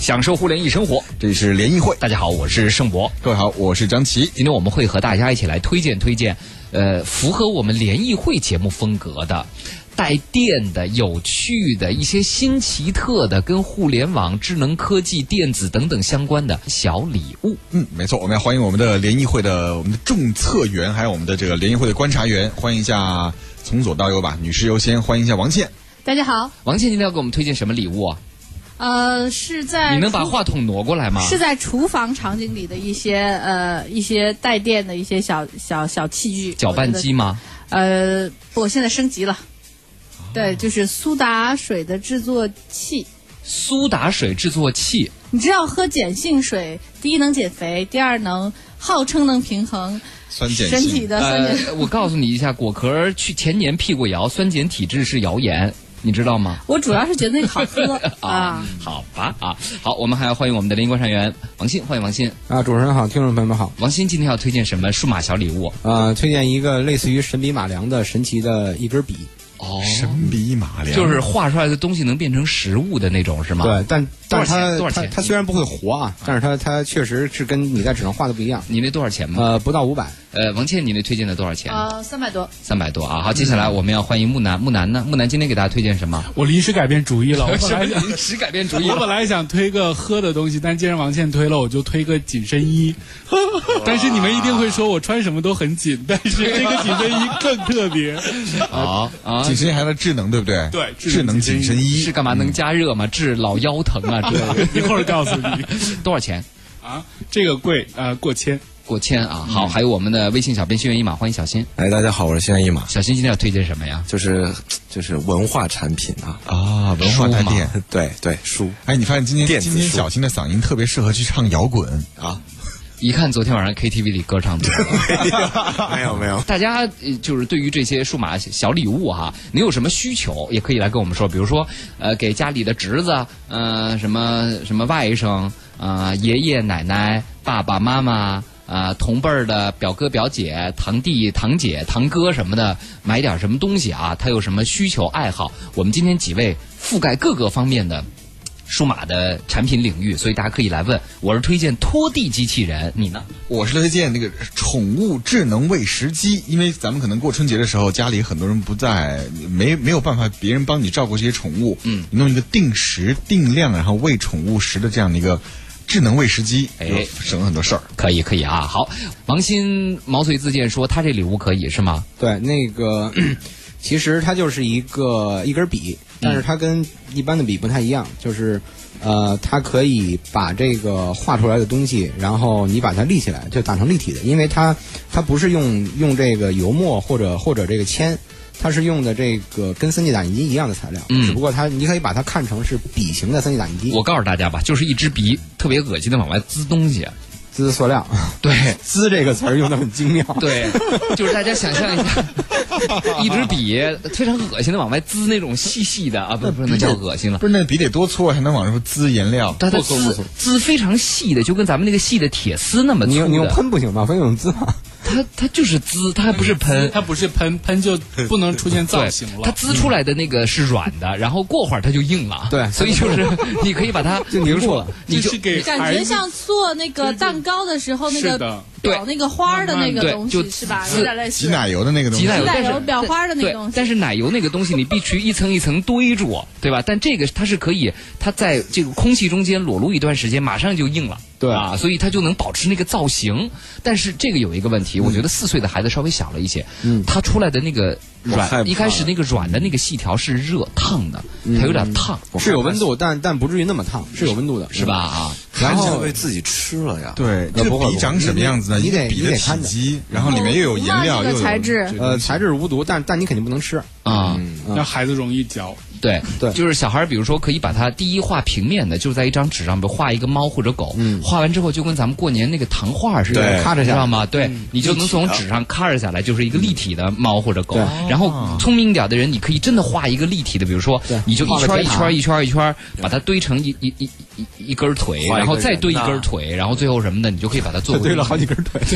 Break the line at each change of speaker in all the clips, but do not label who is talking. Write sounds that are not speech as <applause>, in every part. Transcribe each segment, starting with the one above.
享受互联易生活。
这里是联谊会，
大家好，我是盛博。
各位好，我是张琪。
今天我们会和大家一起来推荐推荐，呃，符合我们联谊会节目风格的。带电的、有趣的一些新奇特的，跟互联网、智能科技、电子等等相关的小礼物。
嗯，没错，我们要欢迎我们的联谊会的我们的众策员，还有我们的这个联谊会的观察员，欢迎一下，从左到右吧，女士优先，欢迎一下王倩。
大家好，
王倩今天要给我们推荐什么礼物啊？
呃，是在
你能把
厨
话啊筒挪过来吗？
是在厨房场景里的一些呃一些带电的一些小小小器具，
搅拌机吗？
我觉得。呃，不我现在升级了，对，就是苏打水的制作器。
苏打水制作器，
你知道喝碱性水，第一能减肥，第二能号称能平衡
酸碱
身体
性，
的酸碱。
呃，我告诉你一下，果壳去前年辟过谣，酸碱体质是谣言，你知道吗？
<laughs> 我主要是觉得那个
<laughs>
好喝啊。
好吧啊，好，我们还要欢迎我们的联谊观察员王鑫，欢迎王鑫。
啊，主持人好，听众朋友们好。
王鑫今天要推荐什么数码小礼物？
呃，推荐一个类似于神笔马良的神奇的一根笔，
哦
神笔马良，
就是画出来的东西能变成实物的那种，是吗？
对，但但是
多少
它
钱多少
它
钱
它虽然不会活啊，但是它它确实是跟你在纸上画的不一样。
你那多少钱吗？
呃，不到五百，
呃，王倩，你那推荐的多少钱？
呃，三百多，
三百多啊！好，接下来我们要欢迎木南，木南呢？木南今天给大家推荐 <laughs> 什么？
我临时改变主意
<laughs>
了，我本来想，
临时哎改变主
我本来想推个喝的东西，但既然王倩推了，我就推个紧身 <laughs> 衣。但是你们一定会说我穿什么都很紧， <laughs> 但是这个紧身衣更特别。
好 <laughs> 啊，
紧身衣还有智能，对不对？
对
智
智
能
能
紧
紧
身
身
衣
是。干嘛能加热吗？治老腰疼啊 <laughs> 之类的。
一会儿告诉你
<laughs> 多少钱？
啊， <laughs> 这个贵啊、过千。
过千啊！好，还有我们的微信小编心猿意马，欢迎小新。
哎，大家好，我是心安一马，
小新今天要推荐什么呀？
就是就是文化产品啊，
啊，文化大店。
对对，书
哎，你发现今天
电子
今
书
天小新的嗓音特别适合去唱摇滚，
啊，
一看昨天晚上 KTV 里歌唱多了。
<laughs> 没有没有，
大家呃就是对于这些数码小礼物哈、你有什么需求也可以来跟我们说，比如说呃给家里的侄子，呃什么什么外甥，啊爷爷奶奶、爸爸妈妈。啊，同辈儿的表哥、表姐、堂弟、堂姐、堂哥什么的，买点什么东西啊？他有什么需求、爱好？我们今天几位覆盖各个方面的数码的产品领域，所以大家可以来问。我是推荐拖地机器人，你呢？
我是推荐那个宠物智能喂食机，因为咱们可能过春节的时候家里很多人不在，没没有办法别人帮你照顾这些宠物，嗯，你弄一个定时定量然后喂宠物食的这样的一个智能喂食机，
哎
就省了很多事儿。
可以，可以啊。好，王鑫毛遂自荐说他这礼物可以是吗？
对，那个 <clears throat> 其实它就是一个一根笔，但是它跟一般的笔不太一样，就是呃，它可以把这个画出来的东西，然后你把它立起来，就打成立体的，因为它它不是用用这个油墨或者或者这个铅。它是用的这个跟 3D 打印机一样的材料，
嗯
只不过它你可以把它看成是笔形的 3D 打印机，
我告诉大家吧，就是一支笔特别恶心的往外滋东西。
滋塑料， <laughs>
对
滋这个词儿用的很精 <laughs> 妙。
对，就是大家想象一下，一支笔非常恶心的往外滋那种细细的啊，不不能叫恶心了。
不是那笔得多粗啊，才能往出滋颜料？
它它
不错不
滋
错
滋非常细的，就跟咱们那个细的铁丝那么
你用你
粗
用
的，
喷不行吧？非用滋吗？
它它就是滋，它还不是
嗯
喷，
它不是喷喷就不能出现造
对
型，了。
<laughs> 它滋出来的那个是软的，然后过会儿它就硬了。
对
所以就是 <laughs> 你可以把它，
就
比如
凝固
说
了
你
就是
<laughs>
给
感
孩
觉
子
像做那个蛋糕的时候那
是
个
的
对
表那个花儿的那
对
个东
就
西是吧？
自
有点类似
挤奶油的那个东西，
挤奶油
奶
但
油
是
裱花的那
对
种，，
但是奶油那个东西你必须一层一层堆住，对吧？但这个它是可以，它在这个空气中间裸露一段时间，马上就硬了，
对
啊，所以它就能保持那个造型。但是这个有一个问题，我觉得四岁的孩子稍微小了一些，嗯，他出来的那个
我害
软，
怕
一开始那个软的那个细条是热烫的，它有点烫，
嗯
是有温度，但但不至于那么烫，是有温度的，
是吧？？啊，
然
<laughs> 然
后
后
被自己吃了呀，
对，这
呃不
个笔
会不会
长什么样子呢？
你
一个
得
笔
你
的
得看
体
着
积，然后里面又有颜料，
这
又
哦个
有
材质，
呃，材质无毒，但但你肯定不能吃。
啊、
让孩子容易嚼。
对
对
就是小孩儿，比如说可以把它第一画平面的，就是在一张纸上，比如画一个猫或者狗，画完之后就跟咱们过年那个糖画似的，
嗯对咔着下来啊
知道吗？对，你就能从纸上咔着下来，就是一个立体的猫或者狗
对。
然后聪明一点的人，你可以真的画一个立体的，比如说
对
你就一
画个
圈儿一
铁塔
圈儿一圈儿一圈儿，把它堆成一一一一一一根儿腿，
画一个
然后再堆一
人呐
根儿腿，然后最
<laughs>
后什么的，你就可以把它做回
堆了好几根腿。
<laughs>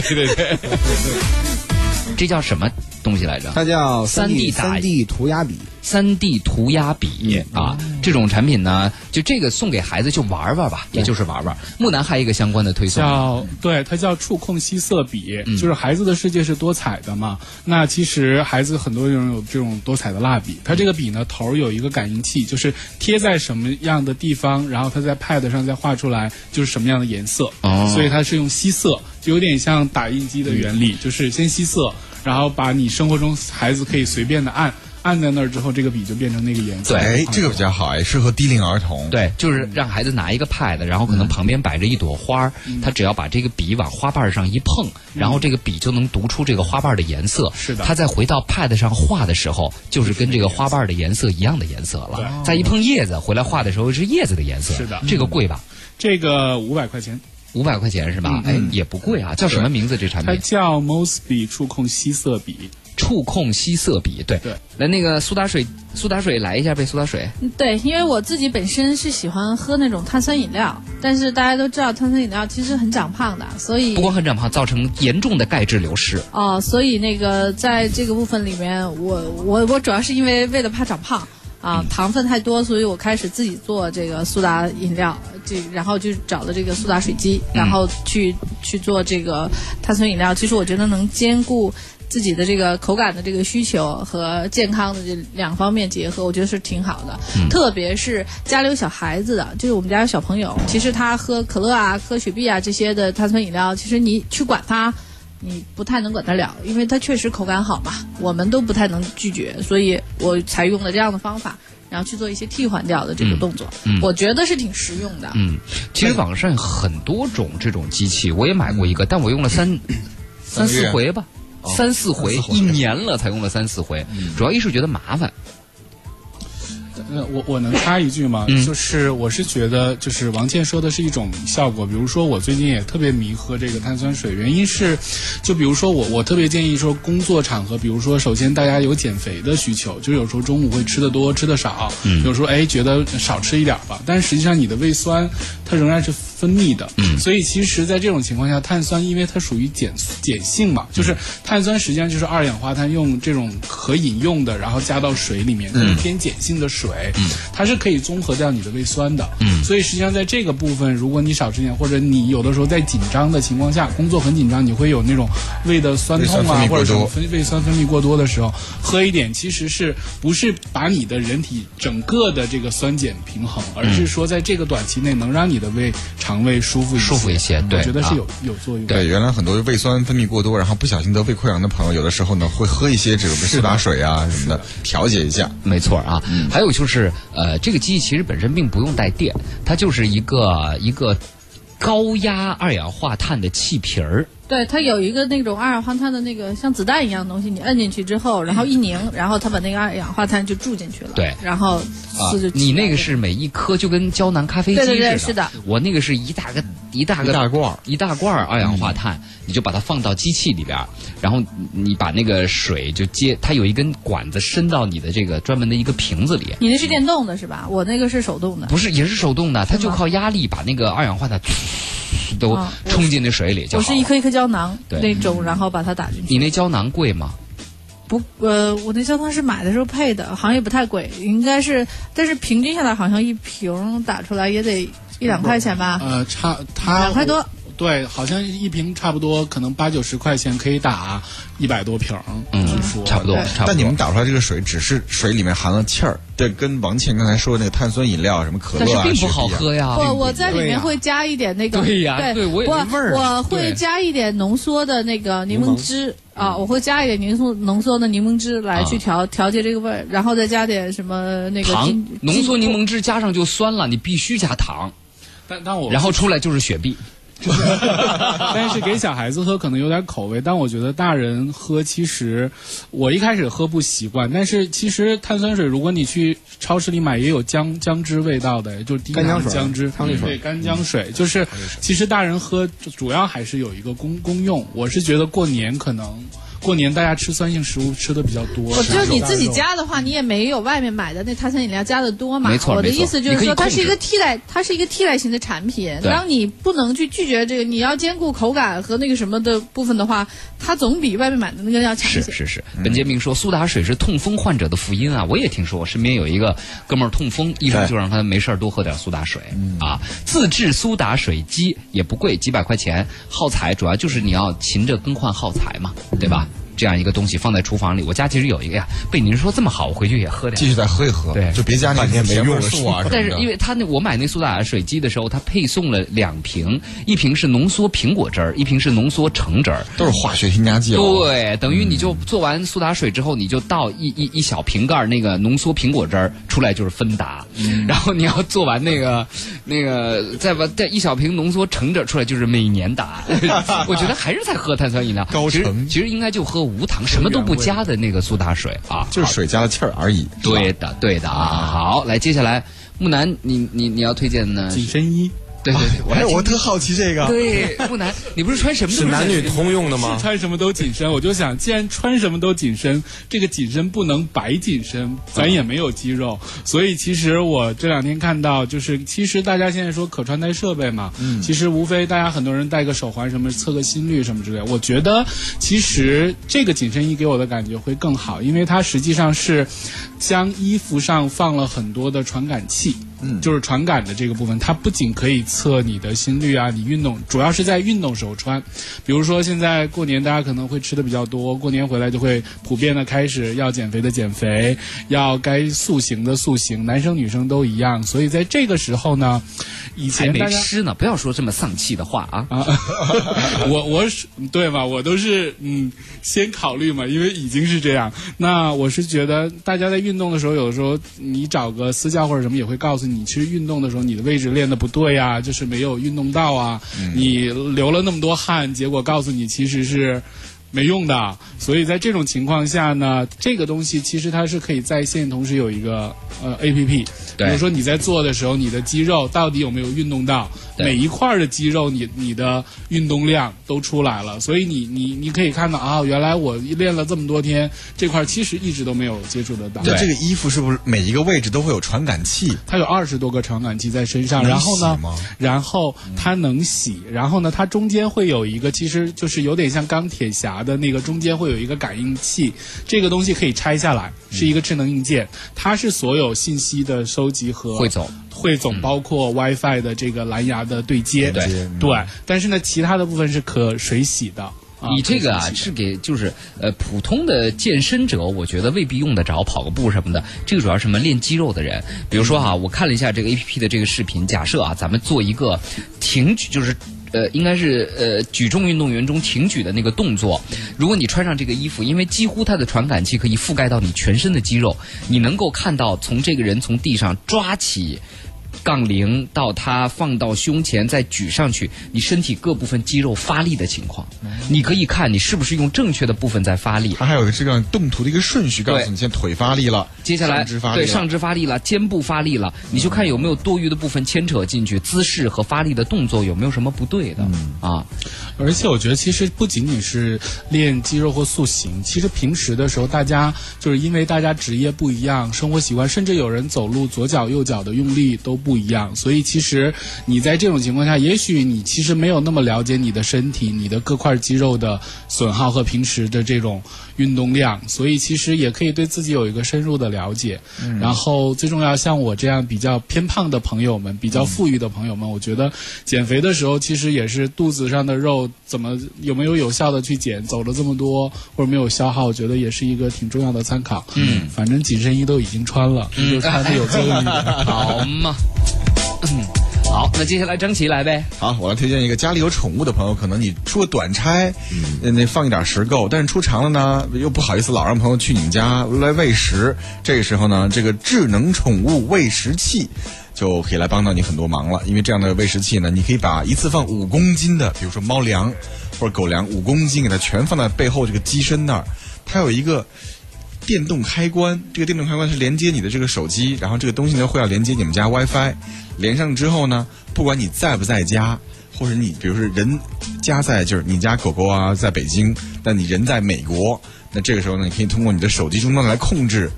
这叫什么东西来着？
它叫
三 D 打
三 D 涂鸦笔，
三 D 涂鸦笔、
嗯
啊，这种产品呢，就这个送给孩子就玩玩吧，也就是玩玩。木南还有一个相关的推送，
叫对，它叫触控吸色笔，
嗯
就是孩子的世界是多彩的嘛。那其实孩子很多人有这种多彩的蜡笔，它这个笔呢头儿有一个感应器，就是贴在什么样的地方，然后它在 Pad 上再画出来就是什么样的颜色。
哦
所以它是用吸色，就有点像打印机的原
嗯
理，就是先吸色，然后把你生活中孩子可以随便的按按在那儿之后，这个笔就变成那个颜色。
对
哎，这个比较好哎，适合低龄儿童。，
对，就是让孩子拿一个 pad，然后可能
嗯
旁边摆着一朵花儿，他只要把这个笔往花瓣上一碰，然后这个笔就能读出这个花瓣的颜色。
嗯是的
他再回到 pad 上画的时候，就是跟这个花瓣的颜色一样的颜色了。
对
再一碰叶子，回来画的时候是叶子的颜色。
是的
这个贵吧？
这个五百块钱。
五百块钱是
嗯
吧？哎，也不贵啊。叫什么名字？这产
它
品？
叫 Mosby 触控吸色笔，
触控吸色笔。对
对。
来，那个苏打水，苏打水来一下呗，苏打水。
对，因为我自己本身是喜欢喝那种碳酸饮料，但是大家都知道碳酸饮料其实很长胖的，所以
不光很长胖，造成严重的钙质流失。
哦、所以那个在这个部分里面，我我我主要是因为为了怕长胖
嗯
啊，糖分太多，所以我开始自己做这个苏打饮料，这然后就找了这个苏打水机，
嗯
然后去、去做这个碳酸饮料。其实我觉得能兼顾。自己的这个口感的这个需求和健康的这两方面结合，我觉得是挺好的。特别是家里有小孩子的，就是我们家有小朋友，其实他喝可乐啊、喝雪碧啊这些的碳酸饮料，其实你去管他，你不太能管得了，因为它确实口感好嘛，我们都不太能拒绝，所以我采用了这样的方法，然后去做一些替换掉的这个动作，我觉得是挺实用的。
嗯，其实网上很多种这种机器，我也买过一个，但我用了三三
个月
四回吧，三四回，嗯一年了才用了三四回，主要一是觉得麻烦。
呃，我我能插一句吗？就是我是觉得，就是王倩说的是一种效果。比如说，我最近也特别迷喝这个碳酸水，原因是，就比如说我我特别建议说，工作场合，比如说，首先大家有减肥的需求，就是有时候中午会吃的多，吃的少，有时候哎觉得少吃一点吧，但是实际上你的胃酸它仍然是分泌的，所以其实在这种情况下，碳酸因为它属于碱碱性嘛，就是碳酸实际上就是二氧化碳用这种可饮用的，然后加到水里面，它是偏碱性的水，它是可以综合掉你的胃酸的。所以实际上在这个部分，如果你少吃点，或者你有的时候在紧张的情况下，工作很紧张，你会有那种胃的酸痛啊
胃酸分泌，
或
过
者什
多
么分胃酸啊分泌过多的时候，喝一点其实是不是把你的人体整个的这个酸碱平衡，而
嗯
是说在这个短期内能让你的胃肠胃舒服一些
舒服一些对
我觉得是
啊
有、有作用的。
对，原来很多胃酸分泌过多，然后不小心得胃溃疡的朋友，有的时候呢会喝一些这个苏打水啊什么的调节一下。
没错啊，还有就是，呃，这个机器其实本身并不用带电，它就是一个一个高压二氧化碳的气瓶儿，
对，它有一个那种二氧化碳的那个像子弹一样的东西，你摁进去之后，然后一拧，然后它把那个二氧化碳就注进去了。
嗯对
然后
啊
丝就、，
你那个是每一颗就跟胶囊咖啡机
对
似
对
的，
对是的
我那个是一大个一大个
一大罐儿
一大罐儿二氧化碳，你就把它放到机器里边儿，然后你把那个水就接，它有一根管子伸到你的这个专门的一个瓶子里，
你那是电动的是吧？我那个是手动的。
不是也是手动的，它就靠压力把那个二氧化碳 <laughs> 都
啊我
冲进那水里就
我
好
是一
了。
颗一颗胶囊
对嗯
那种，然后把它打进去。
你那胶囊贵吗？
不，呃，我那胶囊是买的时候配的，好像也不太贵，应该是，但是平均下来好像一瓶打出来也得一两块钱吧，
呃，差
啊
它
两块多。
对，好像一瓶差不多可能八九十块钱可以打一百多瓶儿，
嗯
据说，
差不多，差不多。
但你们打出来这个水，只是水里面含了气儿，对，跟王倩刚才说的那个碳酸饮料什么可
但
乐
是
啊，
并不
雪
好
碧啊
喝呀。
我我在里
对
面
呀
会加一点那个，
对呀对
对
我也
我
没味儿
我会
对
加一点浓缩的那个柠檬汁啊，我会加一点凝缩浓缩的柠檬汁来去
啊
调、调节这个味儿，然后再加点什么那个
糖
金
浓缩
金
柠檬汁加上就酸了，你必须加糖，
但但我
然后出来就是雪碧。
<laughs> 但是给小孩子喝可能有点口味，但我觉得大人喝其实我一开始喝不习惯，但是其实碳酸水如果你去超市里买也有姜姜汁味道的，就是低
干姜
糖
水
姜汁嗯
汤力水嗯
对干姜水，就是其实大人喝主要还是有一个功功用，我是觉得过年可能。过年大家吃酸性食物吃的比较多。
我哦就
像
你自己
大肉
加的话，你也没有外面买的那碳酸饮料加的多嘛。
没错
我的
没错
意思就
你
是
可以
说，它
控制
是一个替代，它是一个替代型的产品。
对
当你不能去拒绝这个，你要兼顾口感和那个什么的部分的话，它总比外面买的那个要强一
是
些。
是是，
嗯
本杰明说苏打水是痛风患者的福音啊！我也听说，我身边有一个哥们儿痛风，医生就让他没事儿多喝点苏打水
嗯
啊。自制苏打水机也不贵，几百块钱，耗材主要就是你要勤着更换耗材嘛，
嗯
对吧？这样一个东西放在厨房里，我家其实有一个呀，被您说这么好，我回去也喝点
继。续再喝一喝，
对
就别加那
半
些
天没
甜
用
味
了
素啊什么的。
<laughs> 但是因为他那我买那苏打水机的时候，他配送了两瓶，一瓶是浓缩苹果汁儿，一瓶是浓缩橙汁儿。
都是化学添加剂了，
对，等于你就做完苏打水之后，你就倒一一一小瓶盖儿那个浓缩苹果汁儿出来就是芬达，然后你要做完那个那个再把再一小瓶浓缩橙汁儿出来就是美年达。我觉得还是在喝碳酸饮料，
高
其实
橙
其实应该就喝无糖什么都不加的那个苏打水啊。
就是水加了气儿而已。是吧
对的，对的啊。好，来接下来木南，你你你要推荐呢？
紧身衣
对对对，我来
哎，
听。
我特好奇这个，
对木南，你不是穿什么都
是男女通用的
是
吗？
穿什么都紧身，我就想，既然穿什么都紧身，这个紧身不能白紧身，咱也没有肌肉，所以其实我这两天看到，就是其实大家现在说可穿戴设备嘛，
嗯
其实无非大家很多人戴个手环什么，测个心率什么之类的。我觉得其实这个紧身衣给我的感觉会更好，因为它实际上是将衣服上放了很多的传感器。嗯，就是传感的这个部分，它不仅可以测你的心率啊，你运动主要是在运动时候穿，比如说现在过年大家可能会吃的比较多，过年回来就会普遍的开始要减肥的减肥，要该塑形的塑形，男生女生都一样，所以在这个时候呢，以
还
前
没
大家。
湿呢，不要说这么丧气的话啊。
啊，我我是对嘛，我都是嗯，先考虑嘛，因为已经是这样。那我是觉得大家在运动的时候，有的时候你找个私教或者什么也会告诉你，其实运动的时候你的位置练的不对啊，就是没有运动到啊，
嗯
你流了那么多汗，结果告诉你其实是。没用的，所以在这种情况下呢，这个东西其实它是可以在线，同时有一个呃 A P P，比
对
如说你在做的时候，你的肌肉到底有没有运动到？
对
每一块儿的肌肉你，你的运动量都出来了，所以你你你可以看到啊，原来我练了这么多天，这块儿其实一直都没有接触得到。
那这个衣服是不是每一个位置都会有传感器？
它有二十多个传感器在身上，
能
然后呢
洗吗，
然后它能洗，然后呢，它中间会有一个，其实就是有点像钢铁侠的那个中间会有一个感应器，这个东西可以拆下来，是一个智能硬件，它是所有信息的收集和
汇总。
汇总包括 WiFi 的这个蓝牙的对接，
嗯对
对，但是呢，其他的部分是可水洗的。啊
你这个啊
可，以水洗
是给就是呃普通的健身者，我觉得未必用得着跑个步什么的。这个主要是什么练肌肉的人，比如说哈、我看了一下这个 A P P 的这个视频，假设啊，咱们做一个挺举，就是呃应该是呃举重运动员中挺举的那个动作。如果你穿上这个衣服，因为几乎它的传感器可以覆盖到你全身的肌肉，你能够看到从这个人从地上抓起。杠铃到它放到胸前再举上去，你身体各部分肌肉发力的情况，
嗯
你可以看你是不是用正确的部分在发力。
它还有一个这个动图的一个顺序，告
对
诉你现在腿发力了，
接下来
上肢发力
对
了，
上肢发力了，肩部发力了，你就看有没有多余的部分牵扯进去，姿势和发力的动作有没有什么不对的、
嗯 <laughs>
啊？
而且我觉得，其实不仅仅是练肌肉或塑形，其实平时的时候，大家就是因为大家职业不一样，生活习惯，甚至有人走路左脚右脚的用力都不一样，所以其实你在这种情况下，也许你其实没有那么了解你的身体、你的各块肌肉的损耗和平时的这种运动量，所以其实也可以对自己有一个深入的了解。然后最重要，像我这样比较偏胖的朋友们，比较富裕的朋友们，我觉得减肥的时候其实也是肚子上的肉怎么有没有有效的去减，走了这么多或者没有消耗，我觉得也是一个挺重要的参考。嗯，反正紧身衣都已经穿了，就穿的有作用一点。
好嘛，嗯，好，那接下来张琪来呗。
好，啊我来推荐一个家里有宠物的朋友，可能你出个短差，嗯、那放一点食够，但是出长了呢，又不好意思老让朋友去你们家来喂食。这个时候呢，这个智能宠物喂食器。就可以来帮到你很多忙了，因为这样的喂食器呢，你可以把一次放五公斤的，比如说猫粮或者狗粮，五公斤给它全放在背后这个机身那儿，它有一个电动开关，这个电动开关是连接你的这个手机，然后这个东西呢会要连接你们家 WiFi，连上之后呢，不管你在不在家，或者你比如说人家在就是你家狗狗啊在北京，但你人在美国，那这个时候呢，你可以通过你的手机终端来控制。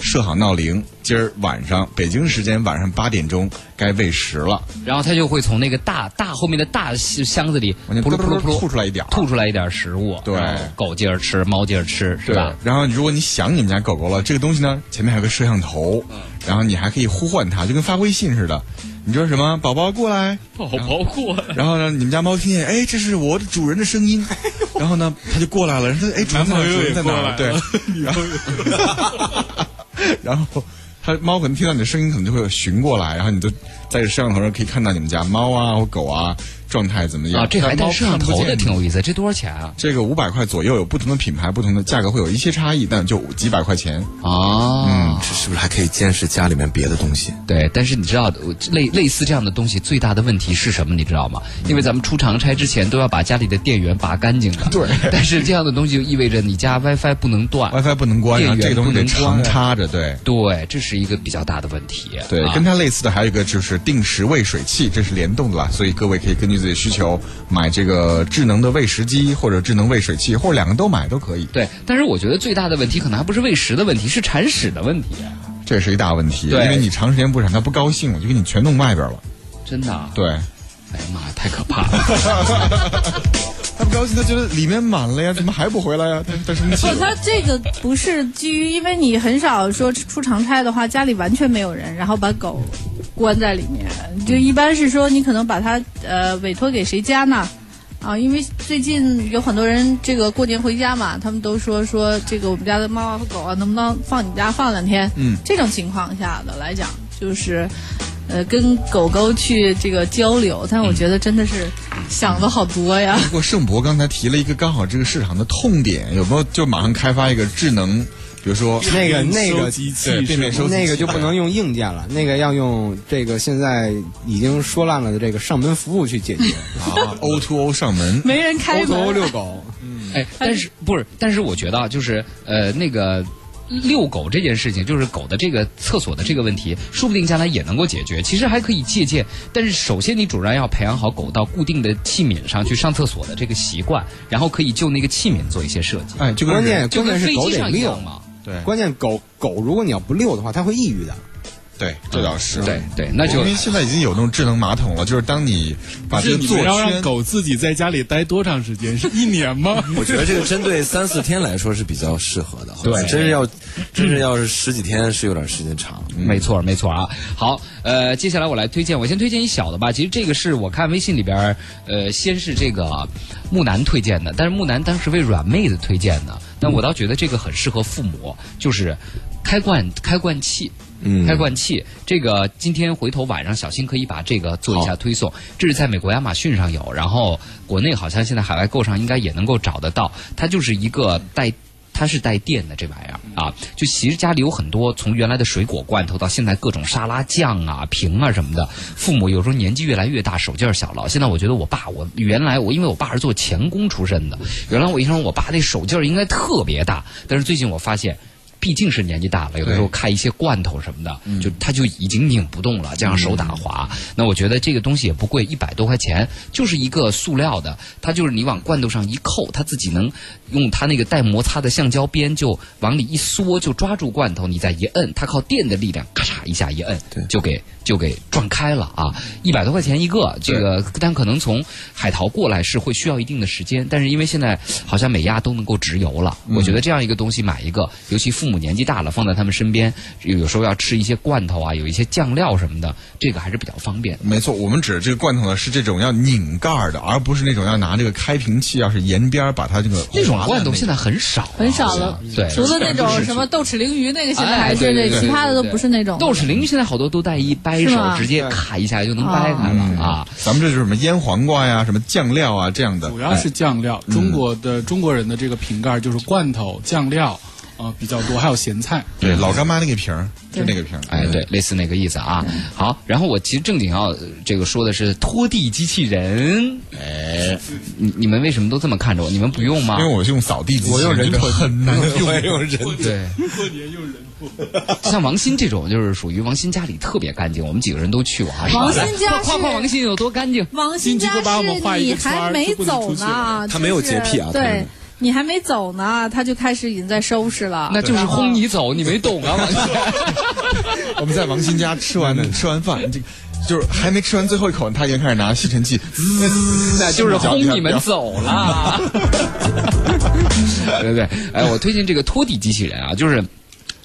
设好闹铃，今儿晚上北京时间晚上八点钟该喂食了，
然后它就会从那个大大后面的大箱子里
我就
扑噜扑噜扑噜
吐出来一点儿
吐出来一点食物，
对
然后狗接着吃，猫接着吃，是吧？
然后如果你想你们家狗狗了，这个东西呢，前面还有个摄像头，
嗯
然后你还可以呼唤它，就跟发微信似的。你说什么？宝宝过来。 <laughs>
好包括
然后呢，你们家猫听见，哎，这是我的主人的声
<laughs>
音。然后呢，它就过来了。说，哎，主人
男
在哪
朋
儿？主
友
人
也
在
过
哪
来
儿？对
了。，
然后，
<laughs>
然后它猫可能听到你的声音，可能就会寻过来。然后你就在这摄像头上可以看到你们家猫啊或狗啊状态怎么样
啊，这还
但
带
猫
摄像
看不
头的
见
挺有意思，这多少钱啊？
这个五百块左右，有不同的品牌，不同的价格会有一些差异，但就几百块钱。
啊，
这是不是还可以监视家里面别的东西？
对，但是你知道，我类类似这样的东西最大的问题是什么？你知道吗？因为咱们出长差之前都要把家里的电源拔干净的。
对哎
但是这样的东西就意味着你家 WiFi 不能断。
WiFi 不能关，然后这
啊电
个
源
东西得
不能关啊
常插着，对。
对，这是一个比较大的问题。
对，
啊
跟它类似的还有一个就是定时喂水器，这是联动的啦，所以各位可以根据自己的需求买这个智能的喂食机，或者智能喂水器，或者两个都买都可以。
对，但是我觉得最大的问题可能还不是喂食的问题，是铲屎的问题。
这也是一大问题，因
对
为你长时间不闪，它不高兴了，就给你全弄外边了。
真的、啊？
<laughs> 对，
哎呀妈呀，太可怕了！
它不高兴，它觉得里面满了呀，怎么还不回来呀？它它生气
不，
了。
哦他这个不是基于，因为你很少说出长差的话，家里完全没有人，然后把狗关在里面，就一般是说你可能把它呃委托给谁家呢？啊，因为最近有很多人这个过年回家嘛，他们都说说这个我们家的猫啊和狗啊，能不能放你家放两天？嗯，这种情况下的来讲，就是呃跟狗狗去这个交流，但我觉得真的是想的好多呀。
不过盛博刚才提了一个刚好这个市场的痛点，有没有就马上开发一个智能，比如说
那个那
收
个
集器
对
是
变
吧
变收集
那个
器
就不能用硬件了，那个要用这个现在已经说烂了的这个上门服务去解决。
啊 O to O 上门。
没人开
狗
门，
狗遛狗， <laughs>
哎，但是不是？但是我觉得啊，就是呃，那个遛狗这件事情，就是狗的这个厕所的这个问题，说不定将来也能够解决。其实还可以借鉴，但是首先你主人要培养好狗到固定的器皿上去上厕所的这个习惯，然后可以就那个器皿做一些设计，
哎，就跟
关
人
键
就
关
跟
键是
飞
狗
机
得
上一
遛
样，嘛。
对
关键狗狗如果你要不遛的话，它会抑郁的。
对，这倒是
对对，那就
因为现在已经有那种智能马桶了，就是当你把这
是
个
你
坐
们要让
圈，
狗自己在家里待多长时间？是一年吗？
我觉得这个针对三四天来说是比较适合的。
对
真是要，真是要是十几天是有点时间长。嗯
没错，没错啊。好，呃，接下来我来推荐，我先推荐一小的吧。其实这个是我看微信里边儿，呃，先是这个木南推荐的，但是木南当时为软妹子推荐的，但我倒觉得这个很适合父母，就是开罐开罐器。
嗯
开罐器，这个今天回头晚上小新可以把这个做一下推送。这是在美国亚马逊上有，然后国内好像现在海外购上应该也能够找得到。它就是一个带它是带电的这玩意儿啊，就其实家里有很多从原来的水果罐头到现在各种沙拉酱啊、瓶啊什么的。父母有时候年纪越来越大，手劲儿小了。现在我觉得我爸，我原来我因为我爸是做钳工出身的，原来我一想我爸那手劲儿应该特别大，但是最近我发现。毕竟是年纪大了，有的时候开一些罐头什么的，就他就已经拧不动了，加上手打滑。那我觉得这个东西也不贵，一百多块钱，就是一个塑料的，它就是你往罐头上一扣，它自己能用它那个带摩擦的橡胶边就往里一缩，就抓住罐头，你再一摁，它靠电的力量咔嚓一下一摁，就给就给撞开了啊！一百多块钱一个，这个但可能从海淘过来是会需要一定的时间，但是因为现在好像美亚都能够直邮了，我觉得这样一个东西买一个，尤其父母年纪大了，放在他们身边，有有时候要吃一些罐头啊，有一些酱料什么的，这个还是比较方便。
没错，我们指的这个罐头呢是这种要拧盖儿的，而不是那种要拿这个开瓶器，要是沿边儿把它这个
那种
划烂
罐头
那
现在很少、啊
很少了，
对。
除了那种什么豆豉鲮鱼那个，现在还
哎
是
对
那
对对
其他的都不是那种。
豆豉鲮鱼现在好多都带一掰
是
手，
吗哦
直接咔一下就能掰开了啊！
咱们这就是什么腌黄瓜呀、什么酱料啊这样的，
主要是酱料，中国的中国人的这个瓶盖就是罐头、酱料，呃比较多，还有咸菜。
哎对老干妈那个瓶儿，就那个瓶儿，
哎，
嗯
对，类似那个意思啊。好，然后我其实正经要呃这个说的是拖地机器人。哎，你你们为什么都这么看着我？你们不用吗
因？为我是用扫地机器人，
我用人
觉得很难用，
用人
对，
过年用人
像王鑫这种，就是属于王鑫家里特别干净，我们几个人都去过啊。
王鑫家
来夸夸
是
王鑫有多干净。
啊
王鑫家
进去就把我们画
是
一
你
个圈
还
儿
没
就不能
走
出去
呢，
他没有洁癖啊
就是
他没
对
有
你还没走呢，他就开始已经在收拾了。
那就是轰你走，你没懂啊，王
<laughs>
鑫。
我们在王鑫家吃完吃完饭，这个就是还没吃完最后一口，他已经开始拿吸尘器，
那就是轰你们走了。 <laughs> 对对对，哎，我推荐这个拖地机器人啊，就是。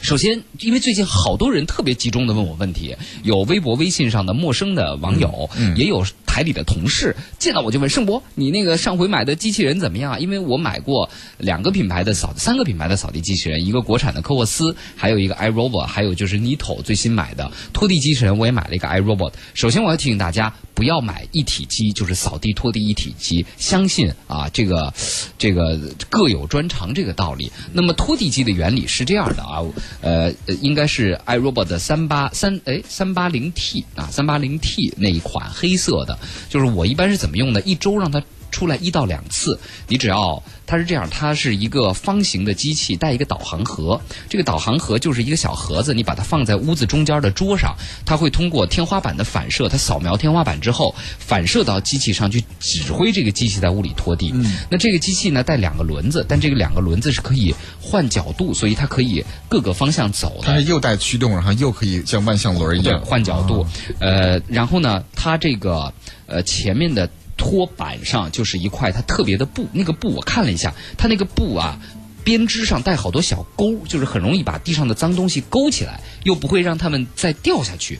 首先，因为最近好多人特别集中的问我问题，有微博、微信上的陌生的网友，也有台里的同事，见到我就问盛博，你那个上回买的机器人怎么样啊？因为我买过两个品牌的扫，三个品牌的扫地机器人，一个国产的科沃斯，还有一个 iRobot，还有就是 Nito 最新买的拖地机器人，我也买了一个 iRobot。首先，我要提醒大家不要买一体机，就是扫地拖地一体机，相信啊，这个这个各有专长这个道理。那么拖地机的原理是这样的啊，呃，呃应该是 iRobot 的三八三哎三八零 T 啊三八零 T 那一款黑色的，就是我一般是怎么用呢？一周让它出来一到两次，你只要它是这样，它是一个方形的机器，带一个导航盒。这个导航盒就是一个小盒子，你把它放在屋子中间的桌上，它会通过天花板的反射，它扫描天花板之后，反射到机器上去指挥这个机器在屋里拖地。那这个机器呢带两个轮子，但这个两个轮子是可以换角度，所以它可以各个方向走
它
的
是。右带驱动，然后又可以像万向轮一
对，
样
换角度。呃，然后呢，它这个呃前面的托板上就是一块它特别的布，那个布我看了一下，它那个布啊。编织上带好多小钩，就是很容易把地上的脏东西勾起来，又不会让它们再掉下去。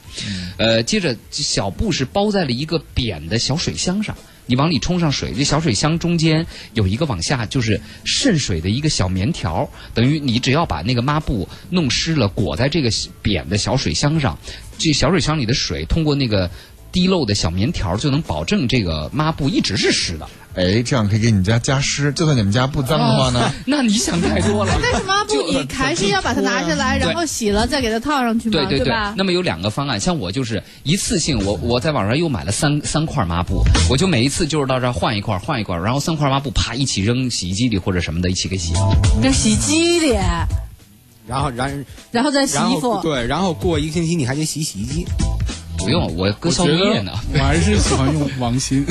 呃，接着小布是包在了一个扁的小水箱上，你往里冲上水，这小水箱中间有一个往下就是渗水的一个小棉条，等于你只要把那个抹布弄湿了，裹在这个扁的小水箱上，这小水箱里的水通过那个滴漏的小棉条，就能保证这个抹布一直是湿的。
哎，这样可以给你家加湿。就算你们家不脏的话 <laughs> 呢，
那你想太多了。
但是抹布你还是要把它拿下来，然后洗了再给它套上去嘛，
对对。
吧？
那么有两个方案，像我就是一次性，我我在网上又买了三三块抹布，我就每一次就是到这儿换一块儿换一块儿，然后三块抹布啪一起扔洗衣机里或者什么的，一起给洗。
这洗衣机里，
然后然
然后再洗
然
衣
后
服。
对，然后过一个星期你还得洗洗衣机。
不啊用，我搁
我
消
觉
毒液
得
呢。
我还是喜欢用王鑫。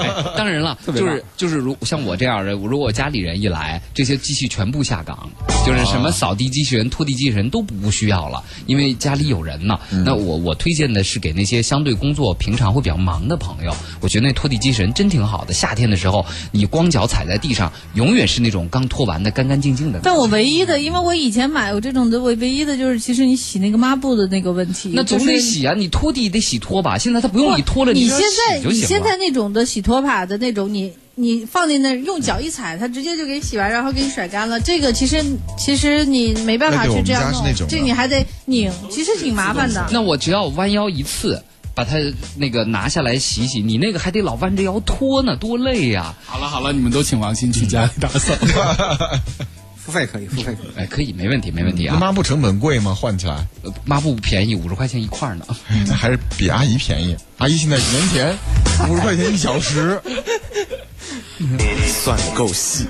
哎当然了，就是就是如像我这样的，如果家里人一来，这些机器全部下岗，就是什么扫地机器人、拖地机器人都不需要了，因为家里有人呢。
嗯
那我我推荐的是给那些相对工作平常会比较忙的朋友，我觉得那拖地机器人真挺好的。夏天的时候，你光脚踩在地上，永远是那种刚拖完的干干净净的感觉。
但我唯一的，因为我以前买过这种的，我唯一的就是，其实你洗那个抹布的那个问题，
那总得
就是
洗啊，你拖地得洗拖把，现在它不用
不
你拖了，
你
只要
现在
洗就
你
行
现
了
在那种的洗拖把的那种，你你放进那儿用脚一踩，它直接就给洗完，然后给你甩干了。这个其实其实你没办法
那对
去这
我
样
们家是
弄
那种，的
这你还得拧，其实挺麻烦的。
那我只要弯腰一次，把它那个拿下来洗洗，你那个还得老弯着腰拖呢，多累呀、
好了好了，你们都请王鑫去家里打扫。
付费可以，付费可以。
哎，可以，没问题，没问题
那
嗯
啊。
抹布成本贵吗？换起来，
呃抹布不便宜，五十块钱一块
<laughs>
儿呢。
哎那还是比阿姨便宜。阿姨现在年前五十块钱一小时，
算得够细。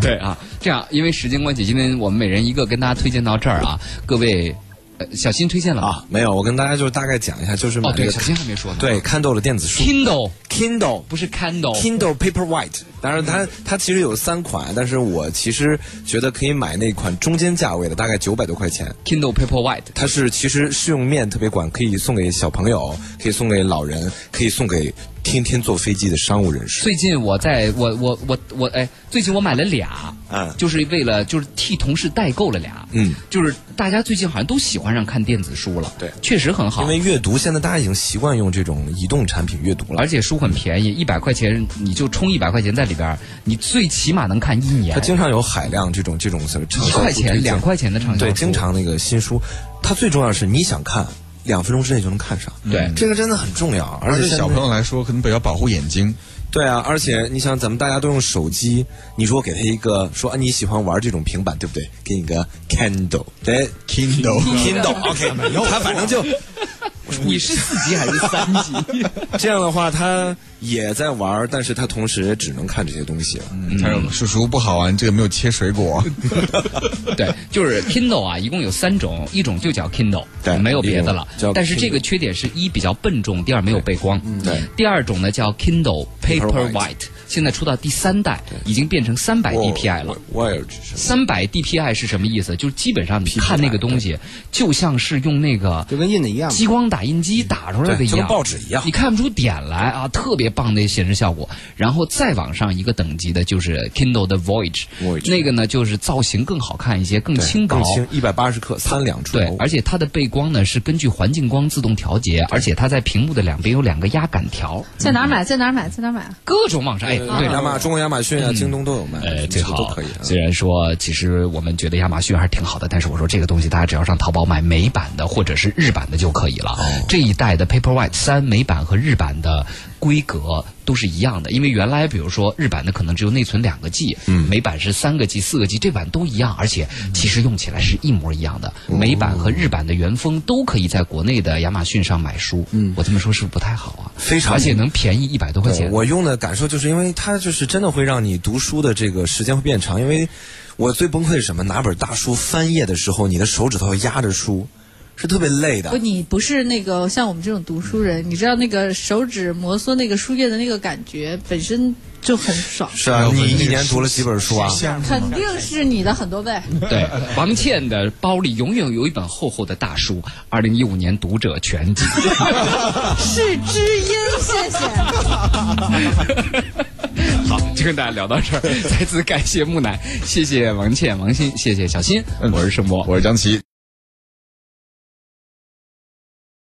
对啊，这样，因为时间关系，今天我们每人一个，跟大家推荐到这儿啊。各位，呃、小新推荐了吗？
啊，没有，我跟大家就是大概讲一下，就是买
哦，
这
对，
个
小新还没说呢。
对看豆的电子书
，Kindle
Kindle
不是 Candle。
Kindle Paperwhite，当然它它其实有三款，但是我其实觉得可以买那款中间价位的，大概九百多块钱。
Kindle Paperwhite，
它是其实适用面特别广，可以送给小朋友，可以送给老人，可以送给天天坐飞机的商务人士。
最近我在我我我我哎，最近我买了俩，
嗯
就是为了就是替同事代购了俩，
嗯，
就是大家最近好像都喜欢上看电子书了，
对
确实很好
因，为阅读现在大家已经习惯用这种移动产品阅读了
而，且书很便宜，一百块钱你就充一百块钱在里边儿，你最起码能看一年
它，经常有海量这种这种什么畅
哎一块
销书推
钱
荐
两块钱的畅销
对，
书
经常那个新书，它最重要的是你想看，两分钟之内就能看上。
对
这个真的很重要，而
而
且
且
现在
小朋友来说可能比较保护眼睛。
对啊，而且你想，咱们大家都用手机，你如果给他一个说啊，你喜欢玩这种平板，对不对？给你个 Kindle，对
Kindle
<laughs> Kindle，OK，、他反正就。
你是四级还是三
<laughs>
级？
这样的话，他也在玩儿，但是他同时也只能看这些东西了。
嗯
他说叔叔不好玩，这个没有切水果。
对，就是 Kindle 啊，一共有三种，一种就叫 Kindle，
对
没有别的了
一种叫。
但是这个缺点是一比较笨重，第二没有背光。
对，
第二种呢叫 Kindle
Paperwhite
Paperwhite，现在出到第三代，已经变成三百 DPI E 了。
我，我也是。
三百 DPI 是什么意思？就是基本上你看那个东西，就像是用那个
就跟印的一样嘛。
激光打印机打出来的
对
一
就
样，
跟报纸一样
你看不出点来啊，特别棒的显示效果。然后再往上一个等级的就是 Kindle 的 Voyage，
Voyage
那个呢就是造型更好看一些，更轻薄
更。轻，一百八十克，三两出
对
头，。
而且它的背光呢是根据环境光自动调节，而且它在屏幕的两边有两个压感条，
在哪儿买？在哪儿买？在哪儿买？啊
各种网上哎，对
亚马中国亚马逊啊，京东都有卖，
呃，
这
最
个
好
都可以啊。
虽然说，其实我们觉得亚马逊还是挺好的，但是我说这个东西大家只要上淘宝买美版的或者是日版的就可以了。
哦
这一代的 Paperwhite 三美版和日版的规格都是一样的，因为原来比如说日版的可能只有内存两个 G，、美
嗯
版是三个 G、四个 G，这版都一样，而且其实用起来是一模一样的。
哦
美版和日版的原封都可以在国内的亚马逊上买书。嗯，我这么说是不是不太好啊？
非常
而且能便宜一百多块
对
钱。
我用的感受就是因为它就是真的会让你读书的这个时间会变长，因为我最崩溃是什么？拿本大书翻页的时候，你的手指头压着书，是特别累
不，
的。
你不是那个像我们这种读书人，你知道那个手指摩挲那个书页的那个感觉本身就很爽，
是啊，你一年读了几本书啊？
肯定是你的很多倍。
对，王倩的包里永远有一本厚厚的大书，《二零一五年读者全集》。
<laughs>
<laughs>
是知音，谢谢。
好，就跟大家聊到这儿，再次感谢木乃，谢谢王倩、王鑫，谢谢小新，我是盛博，
我是张琪，